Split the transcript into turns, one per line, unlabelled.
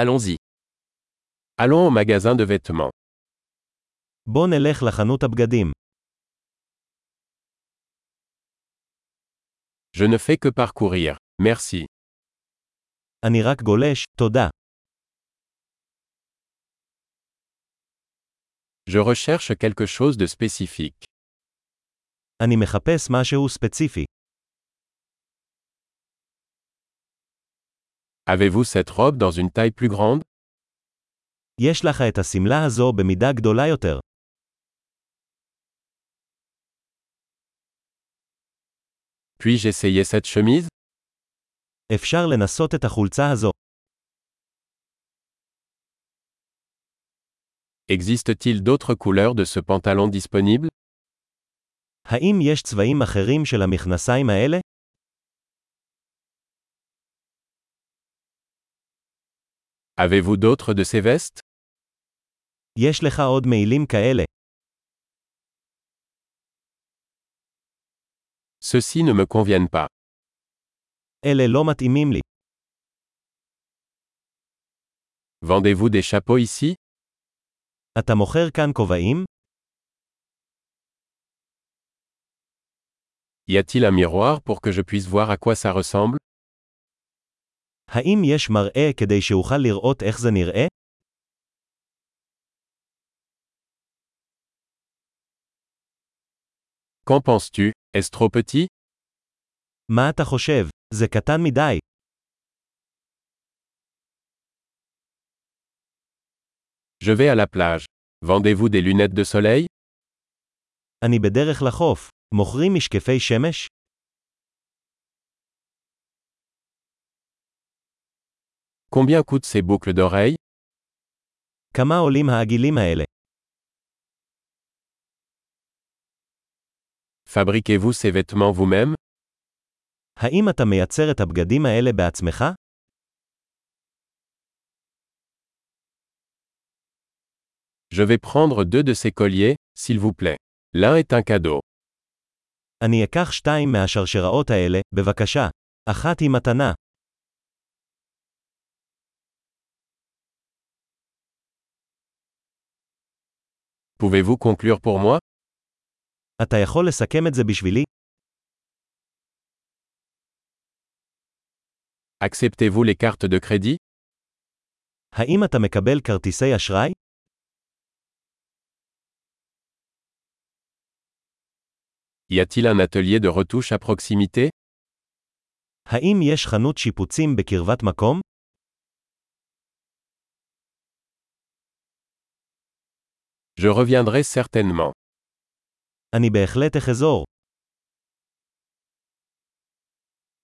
Allons-y. Allons au magasin de vêtements.
בוא נלך לחנות הבגדים.
Je ne fais que parcourir. Merci.
אני רק גולש, תודה.
Je recherche quelque chose de spécifique.
אני מחפש משהו ספציפי.
Avez-vous cette robe dans une taille plus grande
יש לך את השמלה הזו במידה גדולה יותר.
Puis-je essayer cette chemise
אפשר לנסות את החולצה הזו.
Existe-t-il d'autres couleurs de ce pantalon disponible
האם יש צבעים אחרים של המכנסיים האלה?
Avez-vous d'autres de ces vestes
יש לך עוד מעילים כאלה.
Ceux-ci ne me conviennent pas.
אלה לא מתאימים לי.
Vendez-vous des chapeaux ici
אתה מוכר כאן כובעים?
Y a-t-il un miroir pour que je puisse voir à quoi ça ressemble
האם יש מראה כדי שאוכל לראות איך זה נראה?
Qu'en penses-tu Est-ce trop petit
מה אתה חושב? זה קטן מדי.
Je vais à la plage. Vendez-vous des lunettes de soleil
אני בדרך לחוף. מוכרים משקפי שמש?
Combien coûtent ces boucles d'oreilles
כמה עולים העגילים האלה?
Fabriquez-vous ces vêtements vous-même
האם אתה מייצר את הבגדים האלה בעצמך?
Je vais prendre deux de ces colliers, s'il vous plaît. L'un est un cadeau.
אני אקח שתיים מהשרשראות האלה, בבקשה. אחת היא מתנה.
Pouvez-vous conclure pour moi
אתה יכול לסכם את זה בשבילי?
Acceptez-vous les cartes de crédit
האם אתה מקבל כרטיסי אשראי?
Y a-t-il un atelier de retouche à proximité
האם יש חנות שיפוצים בקרבת מקום?
Je reviendrai certainement.
אני בהחלט אחזור.